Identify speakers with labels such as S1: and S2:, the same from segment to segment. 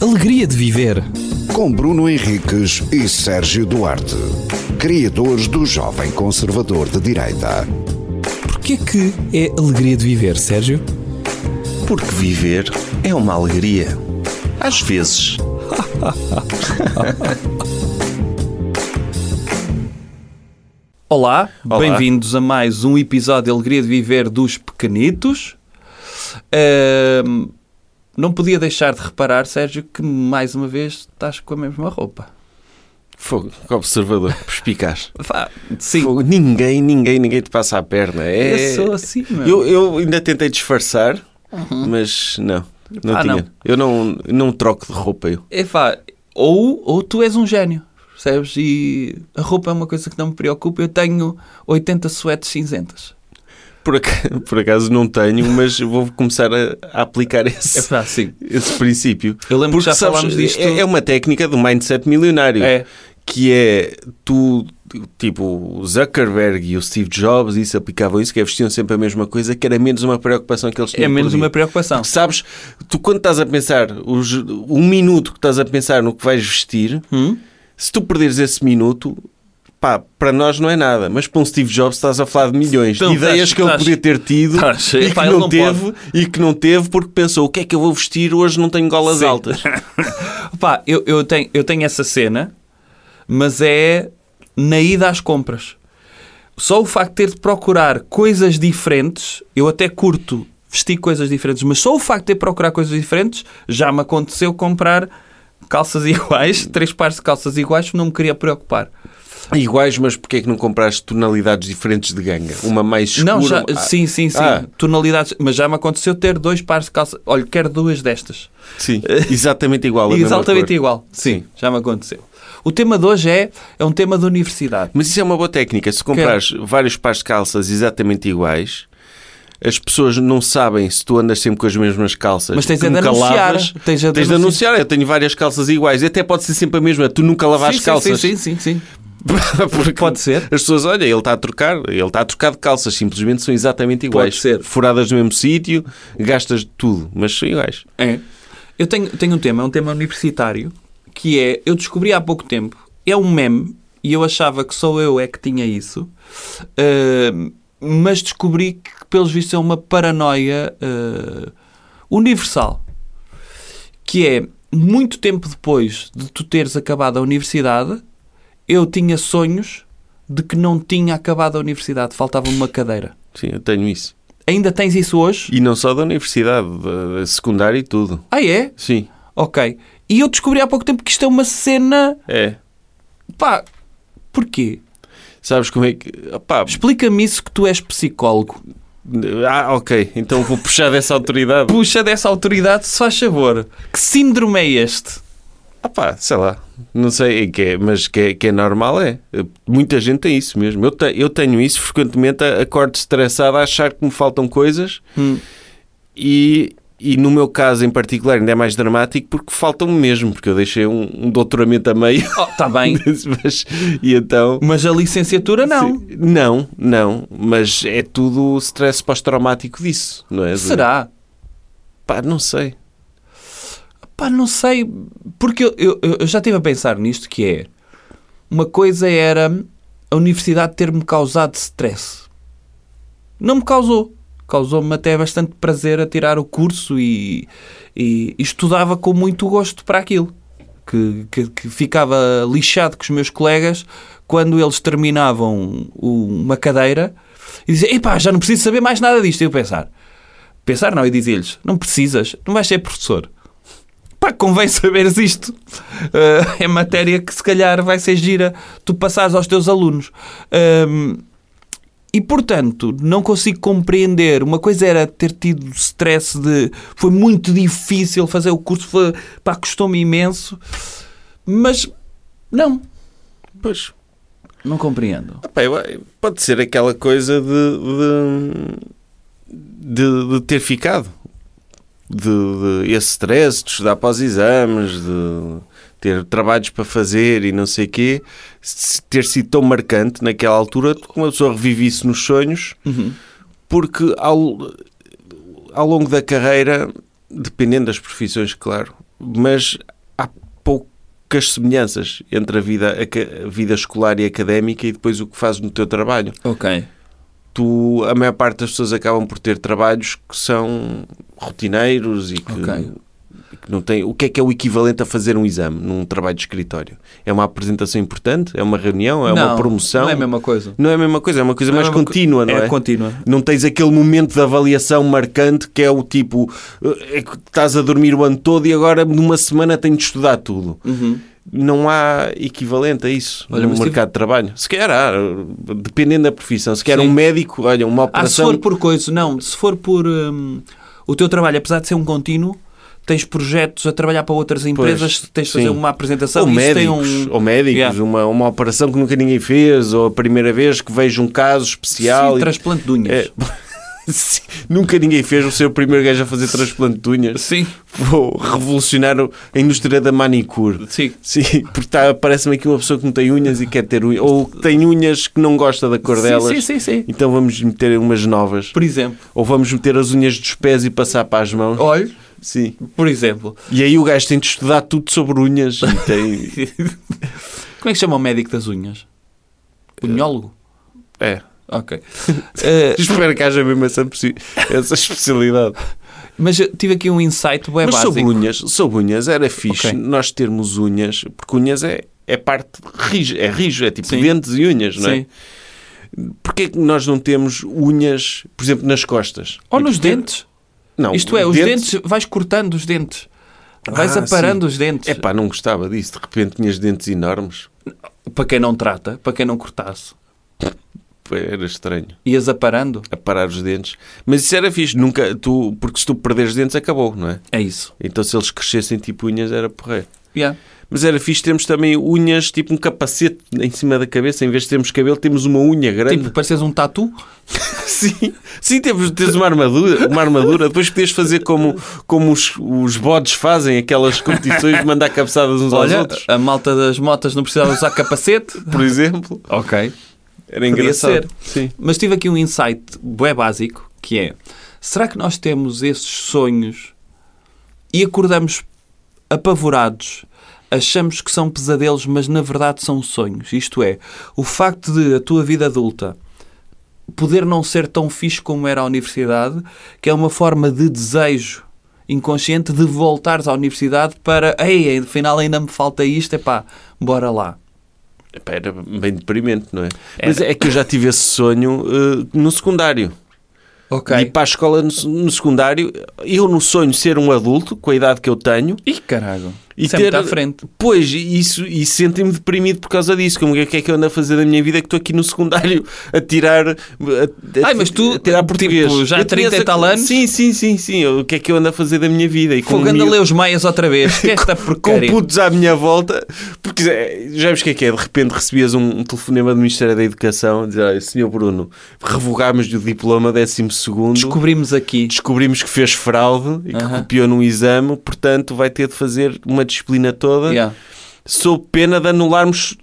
S1: alegria de viver.
S2: Com Bruno Henriques e Sérgio Duarte, criadores do Jovem Conservador de Direita.
S1: Porquê que é alegria de viver, Sérgio?
S3: Porque viver é uma alegria. Às vezes.
S4: Olá,
S3: Olá.
S4: bem-vindos a mais um episódio de Alegria de Viver dos Pequenitos. Ahm, não podia deixar de reparar, Sérgio, que mais uma vez estás com a mesma roupa.
S3: Fogo, que observador, perspicaz.
S4: Vá, Sim,
S3: Fogo, ninguém, ninguém, ninguém te passa a perna. É...
S4: eu sou assim, meu. Uhum.
S3: Eu, eu ainda tentei disfarçar, mas não. Não
S4: Ah,
S3: tinha.
S4: não.
S3: Eu não, não troco de roupa. Eu.
S4: É pá, ou, ou tu és um gênio, percebes? E a roupa é uma coisa que não me preocupa. Eu tenho 80 suetes cinzentas.
S3: Por, aca- por acaso não tenho, mas vou começar a, a aplicar esse,
S4: É pá, sim.
S3: esse princípio.
S4: Eu lembro que já falámos disto.
S3: É, é uma técnica do mindset milionário.
S4: É.
S3: Que é tu, tipo, o Zuckerberg e o Steve Jobs, isso aplicavam isso, que é vestiam sempre a mesma coisa, que era menos uma preocupação que eles tinham.
S4: É menos
S3: por dia.
S4: uma preocupação.
S3: Porque sabes, tu quando estás a pensar, os, um minuto que estás a pensar no que vais vestir,
S4: Hum?
S3: se tu perderes esse minuto, pá, para nós não é nada, mas para um Steve Jobs estás a falar de milhões
S4: Então,
S3: de ideias
S4: estás-
S3: que ele
S4: estás-
S3: podia ter tido
S4: estás-
S3: e, que
S4: pá, ele
S3: não
S4: não
S3: teve, e que não teve porque pensou: o que é que eu vou vestir hoje? Não tenho golas
S4: Sim.
S3: altas.
S4: Pá, eu, eu, tenho, eu tenho essa cena, mas é na ida às compras. Só o facto de ter de procurar coisas diferentes, eu até curto vestir coisas diferentes, mas só o facto de ter de procurar coisas diferentes já me aconteceu comprar calças iguais, três pares de calças iguais, não me queria preocupar.
S3: Iguais, mas porque é que não compraste tonalidades diferentes de ganga? Uma mais escura.
S4: não, já,
S3: uma-
S4: sim, sim, sim,
S3: Ah.
S4: tonalidades, mas já me aconteceu ter dois pares de calças, olha, quero duas destas.
S3: Sim, exatamente igual. a mesma
S4: Exatamente
S3: cor.
S4: igual.
S3: Sim.
S4: Já me aconteceu. O tema de hoje é, é um tema de universidade.
S3: Mas isso é uma boa técnica. Se comprares vários pares de calças exatamente iguais, as pessoas não sabem se tu andas sempre com as mesmas calças.
S4: Mas tens
S3: que
S4: é de
S3: nunca
S4: anunciar.
S3: lavas.
S4: Tens é de
S3: de anunciar. Eu tenho várias calças iguais. Até pode ser sempre a mesma. Tu nunca lavaste
S4: sim,
S3: calças.
S4: Sim, sim, sim, sim.
S3: Porque
S4: Pode ser.
S3: As pessoas, olha, ele está a trocar. Ele está a trocar de calças. Simplesmente são exatamente iguais.
S4: ser.
S3: Furadas no mesmo sítio, gastas de tudo, mas são iguais.
S4: É. Eu tenho, tenho um tema, é um tema universitário, que é, eu descobri há pouco tempo, é um meme, e eu achava que só eu é que tinha isso, ah, mas descobri que, pelos vistos, é uma paranoia ah, universal. Que é, muito tempo depois de tu teres acabado a universidade, eu tinha sonhos de que não tinha acabado a universidade, faltava uma cadeira.
S3: Sim, eu tenho isso.
S4: Ainda tens isso hoje?
S3: E não só da universidade, da, da secundária e tudo.
S4: Ah, é?
S3: Sim,
S4: Ok. E eu descobri há pouco tempo que isto é uma cena.
S3: é.
S4: Pá, porquê?
S3: Sabes como é que. Opá,
S4: Explica-me isso que tu és psicólogo.
S3: Ah, ok. Então vou puxar dessa autoridade.
S4: Puxa dessa autoridade, se faz favor. Que síndrome é este?
S3: Ah pá, sei lá. Não sei o que é, mas que é, que é normal é. Muita gente tem isso mesmo. Eu, te- eu tenho isso frequentemente, a- acordo estressado a achar que me faltam coisas
S4: Hum.
S3: e, e no meu caso em particular ainda é mais dramático porque faltam-me mesmo, porque eu deixei um, um doutoramento a meio.
S4: Oh, tá bem.
S3: mas, e então...
S4: Mas a licenciatura não.
S3: Se- não, não, mas é tudo o stress pós-traumático disso, não é?
S4: Será?
S3: Pá, não sei.
S4: Pá, não sei. Porque eu, eu- eu já estive a pensar nisto que é... Uma coisa era a universidade ter-me causado stress. Não me causou. Causou-me até bastante prazer a tirar o curso e, e- e estudava com muito gosto para aquilo. Que, que- que ficava lixado com os meus colegas quando eles terminavam o- uma cadeira e dizia, epá, já não preciso saber mais nada disto. E eu pensar, pensar não, e dizia-lhes, não precisas, não vais ser professor. Pá, convém saberes isto. Ah, é matéria que se calhar vai ser gira tu passares aos teus alunos. Ahm, e portanto, não consigo compreender. Uma coisa era ter tido stress de. Foi muito difícil fazer o curso, foi, pá, custou-me imenso. Mas não,
S3: Pois,
S4: não compreendo.
S3: Pá, eu- Pode ser aquela coisa de, de, de- de ter ficado. De, de esse stress, de estudar para os exames, de ter trabalhos para fazer e não sei o quê, se- ter sido tão marcante naquela altura que uma pessoa revive isso nos sonhos, porque ao, ao longo da carreira, dependendo das profissões, claro, mas que as semelhanças entre a vida, aca- a vida escolar e académica e depois o que fazes no teu trabalho.
S4: Ok.
S3: Tu, a maior parte das pessoas acabam por ter trabalhos que são rotineiros e que,
S4: Ok.
S3: e que não têm. O que é que é o equivalente a fazer um exame num trabalho de escritório? É uma apresentação importante? É uma reunião? É uma
S4: Não,
S3: promoção?
S4: Não é a mesma coisa.
S3: Não é a mesma coisa, é uma coisa
S4: Não é
S3: mais
S4: a mesma co-
S3: contínua, não é?
S4: É contínua.
S3: Não tens aquele momento de avaliação marcante que é o tipo, eh, é que estás a dormir o ano todo e agora numa semana tenho de estudar tudo. Não há equivalente a isso
S4: Uhum. Olha,
S3: no
S4: mas
S3: mercado de trabalho. Se calhar há, dependendo da profissão. Se calhar
S4: Sim.
S3: um médico, olha, uma
S4: Ah, se
S3: operação...
S4: for por coisa, não. Se for por hum, o teu trabalho, apesar de ser um contínuo, tens projetos a trabalhar para outras empresas, tens de fazer
S3: sim.
S4: uma apresentação.
S3: ou
S4: isso tem
S3: médicos,
S4: um...
S3: ou médicos
S4: Yeah.
S3: uma, uma operação que nunca ninguém fez, ou a primeira vez que vejo um caso especial.
S4: Sim,
S3: e-
S4: transplante de unhas.
S3: É. Sim, nunca ninguém fez, vou ser o primeiro gajo a fazer transplante de unhas.
S4: Sim,
S3: Vou revolucionar o- a indústria da manicure.
S4: sim.
S3: Sim, porque tá, parece-me aqui uma pessoa que não tem unhas e quer ter unhas. Ou que tem unhas que não gosta da cor
S4: Sim,
S3: delas.
S4: sim, sim, sim.
S3: Então vamos meter umas novas.
S4: Por exemplo,
S3: Ou vamos meter as unhas dos pés e passar para as mãos.
S4: olha,
S3: Sim.
S4: por exemplo,
S3: E aí o gajo tem de estudar tudo sobre unhas. E tem...
S4: como é que chama o médico das unhas? Unhólogo?
S3: É.
S4: Ok. Eh,
S3: Espero que haja mesmo essa, possi- essa especialidade.
S4: mas eu tive aqui um insight bem
S3: Mas
S4: básico.
S3: sobre unhas, sobre unhas era fixe
S4: Ok.
S3: nós termos unhas, porque unhas é, é parte rijo, é rijo, é tipo
S4: Sim.
S3: dentes e unhas, não é?
S4: Sim.
S3: Porquê é que nós não temos unhas, por exemplo, nas costas?
S4: Ou nos
S3: Porque-
S4: dentes.
S3: Não,
S4: Isto é, os dentes, vais cortando os dentes. Vais
S3: Ah,
S4: aparando os dentes.
S3: É pá, não gostava disso. De repente tinhas dentes enormes.
S4: Para quem não trata, para quem não cortasse.
S3: Pá, Era estranho.
S4: Ias aparando.
S3: A parar os dentes. Mas isso era fixe. Nunca, tu, porque se tu perderes dentes, acabou, não é?
S4: É isso.
S3: Então se eles crescessem tipo unhas, era porreiro.
S4: Yeah.
S3: Mas era fixe termos também unhas, tipo um capacete em cima da cabeça. Em vez de termos cabelo, temos uma unha grande.
S4: Tipo, pareces um tatu.
S3: Sim, sim temos, tens uma armadura, uma armadura. Depois podias fazer como, como os, os bodes fazem, aquelas competições de mandar cabeçadas uns aos
S4: Olha,
S3: outros,
S4: a malta das motas não precisava usar capacete.
S3: por exemplo.
S4: ok.
S3: Era
S4: Podia
S3: engraçado.
S4: ser.
S3: Sim.
S4: Mas tive aqui um insight bem básico, que é, será que nós temos esses sonhos e acordamos apavorados, achamos que são pesadelos, mas na verdade são sonhos? Isto é, o facto de a tua vida adulta poder não ser tão fixe como era a universidade, que é uma forma de desejo inconsciente de voltares à universidade para, ei, afinal ainda me falta isto, epá, bora lá.
S3: Epá, Era bem deprimente, não é? Mas é que eu já tive esse sonho eh, no secundário.
S4: Ok.
S3: De ir para a escola no, no secundário, eu no sonho ser um adulto, com a idade que eu tenho,
S4: Ih, caralho.
S3: E
S4: E
S3: ter-
S4: ter... à frente.
S3: Pois, e isso, e senti-me deprimido por causa disso. Como é que é que eu ando a fazer da minha vida que estou aqui no secundário a tirar. A, a-
S4: Ai, mas tu,
S3: a tirar português.
S4: tipo, já
S3: Eu tinha
S4: 30 e
S3: essa-
S4: tal anos?
S3: Sim, sim, sim, sim. O que é que eu ando a fazer da minha vida? E com
S4: Fogando a
S3: miúdo-
S4: ler os maias outra vez. Que é esta
S3: com
S4: porcaria.
S3: putos à minha volta, porque é, já vês o que é que é? De repente recebias um, um telefonema do Ministério da Educação a dizer: Olha, Senhor Bruno, revogámos o diploma 12 segundo
S4: Descobrimos aqui.
S3: descobrimos que fez fraude e que
S4: Aham.
S3: copiou num exame, portanto vai ter de fazer uma disciplina toda
S4: Yeah.
S3: sob pena de anularmos.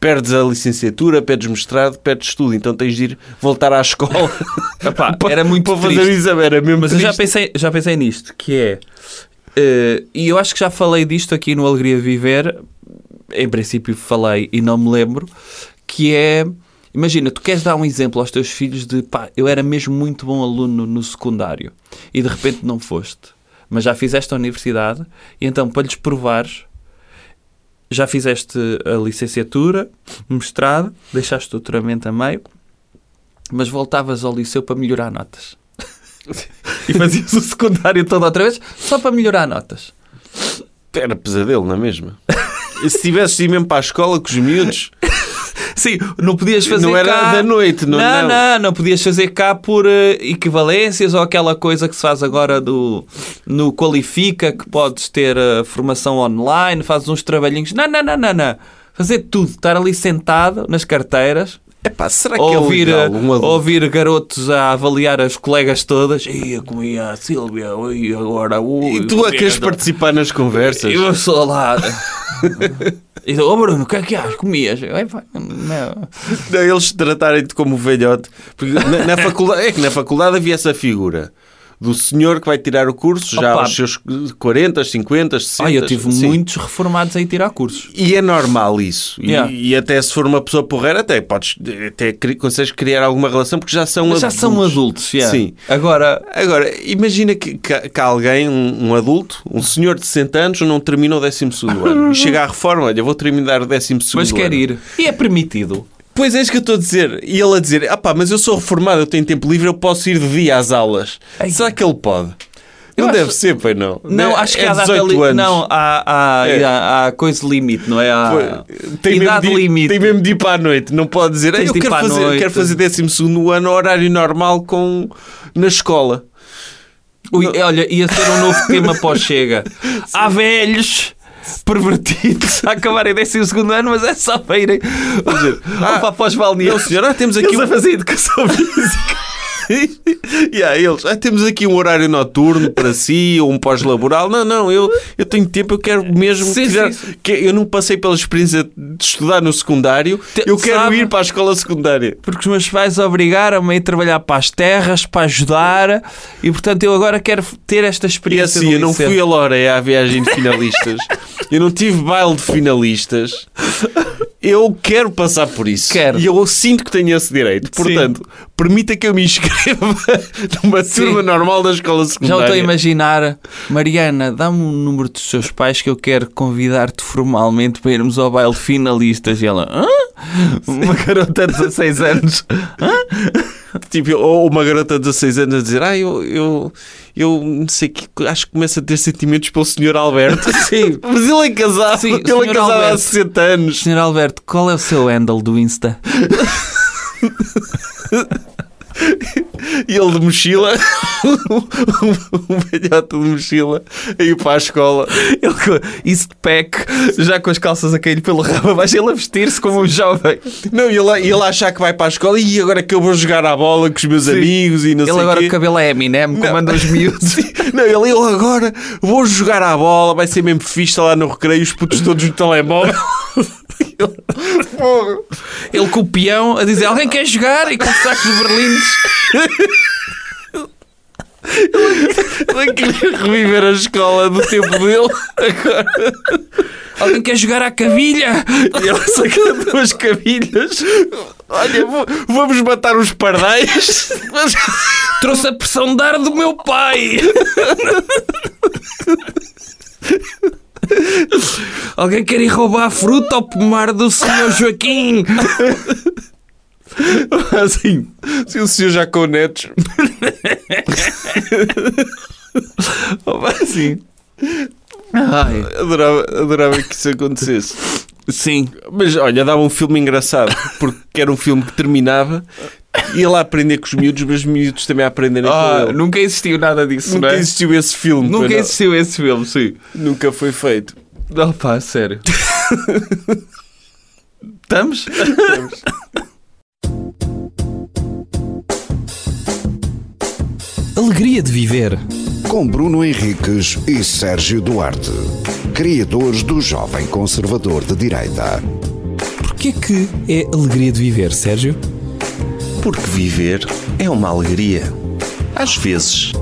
S3: Perdes a licenciatura, perdes mestrado, perdes tudo, então tens de ir voltar à escola
S4: Epá, era muito
S3: para fazer o
S4: triste.
S3: exame. Era mesmo
S4: Mas eu já
S3: triste.
S4: pensei, já pensei nisto, que é... eh, e eu acho que já falei disto aqui no Alegria de Viver. Em princípio falei e não me lembro. Que é... Imagina, tu queres dar um exemplo aos teus filhos de pá, eu era mesmo muito bom aluno no secundário e de repente não foste, mas já fizeste a universidade e então para lhes provares já fizeste a licenciatura, mestrado, deixaste o doutoramento a meio, mas voltavas ao liceu para melhorar notas. e fazias o secundário todo outra vez só para melhorar notas.
S3: Era pesadelo, não é mesmo? Se tivesses ido mesmo para a escola com os miúdos,
S4: Sim, não podias fazer
S3: Não era
S4: cá...
S3: da noite, não-
S4: não,
S3: não.
S4: não, não podias fazer cá por eh, equivalências ou aquela coisa que se faz agora do no qualifica que podes ter eh, formação online, fazes uns trabalhinhos. Não, não, não, não, não. Fazer tudo, estar ali sentado nas carteiras,
S3: Epá, será que
S4: ouvir, eh,
S3: é legal um adulto?
S4: ouvir garotos a avaliar as colegas todas. Ia comia a Sílvia, ui, agora. Ui,
S3: E tu a
S4: ui,
S3: queres
S4: agora-
S3: participar nas conversas?
S4: Eu sou lá. E eu, oh Bruno, o que é que achas? Comias? Eu, "Epá, não."
S3: Não, um Eles tratarem-te como velhote. Porque na, na faculdade, é que na faculdade havia essa figura do senhor que vai tirar o curso já
S4: Opa.
S3: aos seus 40, 50, 60.
S4: Ah, eu tive
S3: sim.
S4: muitos reformados aí tirar cursos.
S3: E é normal isso. E-
S4: Yeah.
S3: E, até se for uma pessoa porreira, até, podes, até cri- consegues criar alguma relação porque já são
S4: já
S3: adultos.
S4: são adultos, yeah.
S3: Sim.
S4: Agora,
S3: Agora, imagina que, que, que alguém, um, um adulto, um senhor de 60 anos, não terminou o 12 ano e chega à reforma, olha, vou terminar o 12
S4: mas quer
S3: ano.
S4: ir. E é permitido.
S3: Pois é, isso que eu estou a dizer. E ele a dizer: ah pá, mas eu sou reformado, eu tenho tempo livre, eu posso ir de dia às aulas.
S4: Ei.
S3: Será que ele pode? não
S4: Eu acho-
S3: deve ser, pois não.
S4: Não,
S3: Deve-
S4: acho que
S3: é
S4: há data
S3: 18
S4: li-
S3: anos.
S4: Não, há, há,
S3: É.
S4: há- há coisa limite, não é? Há
S3: Foi- Tem mesmo,
S4: idade
S3: de, ir-
S4: limite.
S3: tem mesmo de ir para a noite, não pode dizer. "Ei,
S4: Tens
S3: Eu
S4: de ir
S3: quero
S4: para a
S3: fazer,
S4: noite."
S3: quero fazer 12 ano, horário normal com, na escola.
S4: Ui, olha, ia ser um novo tema para o Chega. Há velhos pervertidos a acabarem 12 segundo ano, mas é só para irem
S3: ah,
S4: Opa, para os balneários.
S3: Não, senhor, ah, temos aqui
S4: Eles
S3: um-
S4: a fazer educação física.
S3: e há eles, ah, temos aqui um horário noturno para si, ou um pós-laboral. Não, não, eu, eu tenho tempo, eu quero mesmo.
S4: Sim,
S3: tirar-
S4: sim,
S3: que eu não passei pela experiência de estudar no secundário,
S4: Te-
S3: eu quero
S4: sabe-
S3: ir para a escola secundária.
S4: Porque os meus pais obrigaram-me a ir trabalhar para as terras, para ajudar, e portanto eu agora quero ter esta
S3: E
S4: experiência.
S3: assim,
S4: do
S3: eu não
S4: liceu.
S3: fui a Loreia à viagem de finalistas, eu não tive baile de finalistas. Eu quero passar por isso.
S4: Quero.
S3: E eu sinto que tenho esse direito. Portanto, permita que eu me inscreva numa
S4: Sim.
S3: turma normal da escola
S4: Já o
S3: secundária.
S4: estou a imaginar. Mariana, dá-me o número dos seus pais que eu quero convidar-te formalmente para irmos ao baile de finalistas. E ela, hã? Uma garota de 16 anos.
S3: Tipo, ou uma garota de 16 anos a dizer, ah, eu, eu, eu não sei que acho que começo a ter sentimentos pelo senhor Alberto.
S4: Sim.
S3: Mas ele é casado,
S4: Sim,
S3: ele é
S4: Sr.
S3: casado há
S4: Alberto.
S3: 60 anos.
S4: Senhor Alberto, qual é o seu handle do Insta?
S3: E ele de mochila, um velhote de mochila, a ir para a escola.
S4: Ele com isso de pack, já com as calças a cair pelo rabo, vai ele a vestir-se como um jovem.
S3: Não, e ele, e ele a achar que vai para a escola e agora que eu vou jogar à bola com os meus amigos e não
S4: Ele
S3: sei
S4: agora
S3: quê.
S4: o cabelo é Eminem, como andam os miúdos.
S3: Não, ele, eu agora vou jogar à bola, vai ser mesmo fixe tá lá no recreio, os putos todos no telemóvel.
S4: Ele com o peão a dizer alguém quer jogar e com o saco de berlindes.
S3: Ele é queria reviver a escola do tempo dele.
S4: Alguém quer jogar à cavilha.
S3: E ele saca duas cabilhas. Olha, vo- vamos matar os pardais. Mas-
S4: Trouxe a pressão de ar do meu pai. Alguém quer ir roubar a fruta ao pomar do senhor Joaquim?
S3: Assim, se o senhor já com netos. assim, adorava, adorava que isso acontecesse.
S4: Sim.
S3: Mas olha, dava um filme engraçado, porque era um filme que terminava e ele a aprender com os miúdos, mas os miúdos também a aprenderem com ele.
S4: Ah, nunca existiu nada disso, é?
S3: Nunca existiu esse filme. pois
S4: Nunca
S3: não?
S4: existiu esse filme, sim.
S3: Nunca foi feito.
S4: Não, pá, sério. Estamos?
S1: Alegria de viver.
S2: Com Bruno Henriques e Sérgio Duarte, criadores do Jovem Conservador de Direita.
S1: Porquê que é alegria de viver, Sérgio?
S3: Porque viver é uma alegria. Às vezes.